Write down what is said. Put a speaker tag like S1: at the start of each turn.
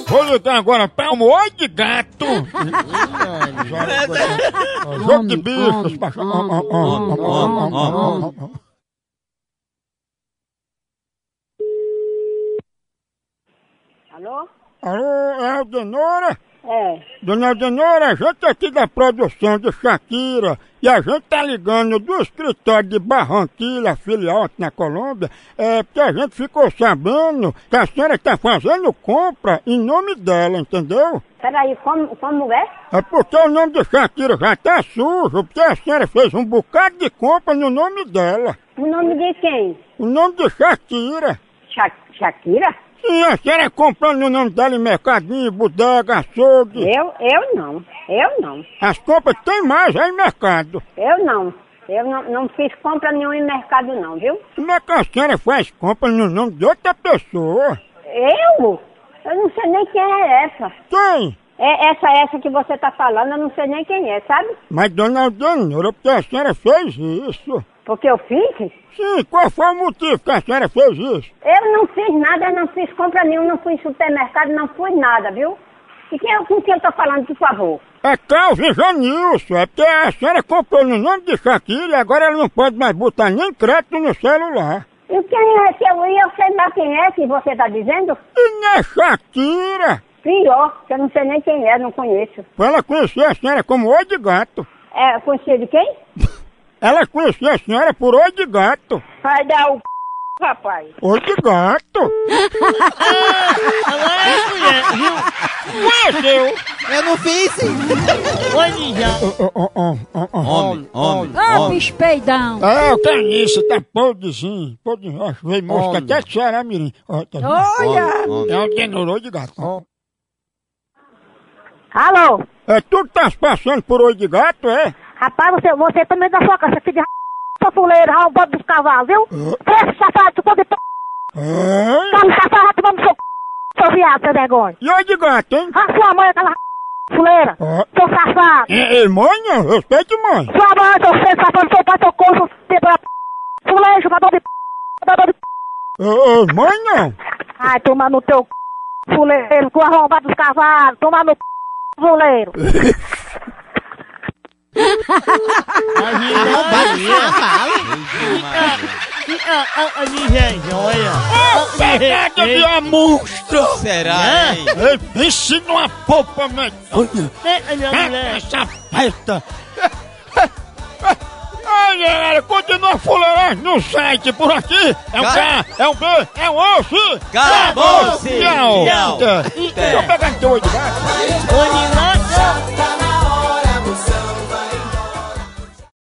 S1: apelidar agora pra um oi de gato. Jogo de bichos. Ah, baixo- ó, ó, ó, ó, ó, ó, ó, ó, ó.
S2: Alô?
S1: ah. Alô, é a Denora?
S2: É.
S1: Dona Denora, a gente é aqui da produção de Shakira e a gente tá ligando do escritório de Barranquilla, filial aqui na Colômbia, é porque a gente ficou sabendo que a senhora tá fazendo compra em nome dela, entendeu?
S2: Peraí, como, como é?
S1: É porque o nome de Shakira já tá sujo, porque a senhora fez um bocado de compra no nome dela.
S2: O nome de quem?
S1: O nome de Shakira.
S2: Sha Shakira?
S1: Sim, a senhora comprando o nome dela em mercadinho, bodega, açougue.
S2: Eu, eu não. Eu não.
S1: As compras que tem mais aí em mercado.
S2: Eu não. Eu não, não fiz compra nenhuma em mercado não, viu?
S1: Como é que a senhora faz compra no nome de outra pessoa?
S2: Eu? Eu não sei nem quem é essa.
S1: Tem!
S2: É essa, essa que você tá falando, eu não sei nem quem é, sabe?
S1: Mas, dona Aldenora, por que a senhora fez isso?
S2: Porque eu fiz?
S1: Sim, qual foi o motivo que a senhora fez isso?
S2: Eu não fiz nada, eu não fiz compra nenhuma, não fui em supermercado, não fui nada, viu? E quem, é- com quem eu tô falando, por favor?
S1: É Calvin Janilson, é porque a senhora comprou no nome de Shakira e agora ela não pode mais botar nem crédito no celular.
S2: E quem é que eu ia, eu sei lá quem é que você tá dizendo?
S1: E não é Shakira!
S2: Pior, que eu não sei nem quem é, não conheço.
S1: Pra ela conhecer a senhora como oi de gato.
S2: É, conhecia de quem?
S1: Ela conhecia a senhora por oi de gato.
S2: Vai dar o c... rapaz.
S1: Oi de gato!
S3: é
S1: Conheceu!
S3: Eu não fiz!
S1: Ó, ó, ó, ó, ó.
S3: Homem, homem,
S4: Ô,
S3: homem.
S4: bicho peidão!
S1: Ah, o caniço tá podrezinho, podrezinho. Acho que veio mosca
S3: Homem.
S1: até de Ceará Mirim. Ó, tá vendo?
S4: Olha!
S1: É um tenorô de gato.
S2: Alô?
S1: É, tu que tá se passando por oi de gato, é?
S2: Rapaz, você, você também é da sua casa, filho de r... Sou fuleiro, roubando um dos cavalos, viu? Preço safado, tu pode p...
S1: Ai.
S2: Carro safado, tomando seu c... Seu viado, seu vergonha.
S1: É. E oi de gato, hein?
S2: A sua mãe, é aquela r... fuleira.
S1: Ó.
S2: Seu safado.
S1: Ei, ei, mãe, É, não, respeite mãe.
S2: Sua mãe, seu filho, safado, seu pai, seu corpo, seu p... Fuleiro, chupador de p... Chupador de p...
S1: Ô, ô, mãe, não.
S2: Ai, toma no teu c... Fuleiro, tu arrombado dos cavalos, toma no c... Fuleiro.
S1: Pegada de uma monstro.
S3: Será, hein?
S1: Ei, pense numa polpa medonha. Pega essa festa. Ai, galera, continua fuleiragem no site por aqui. É um K, é um B, é um osso.
S3: Acabou-se.
S1: Tchau.
S3: Tchau.
S1: Deixa eu pegar teu olho um de gato.
S3: Onde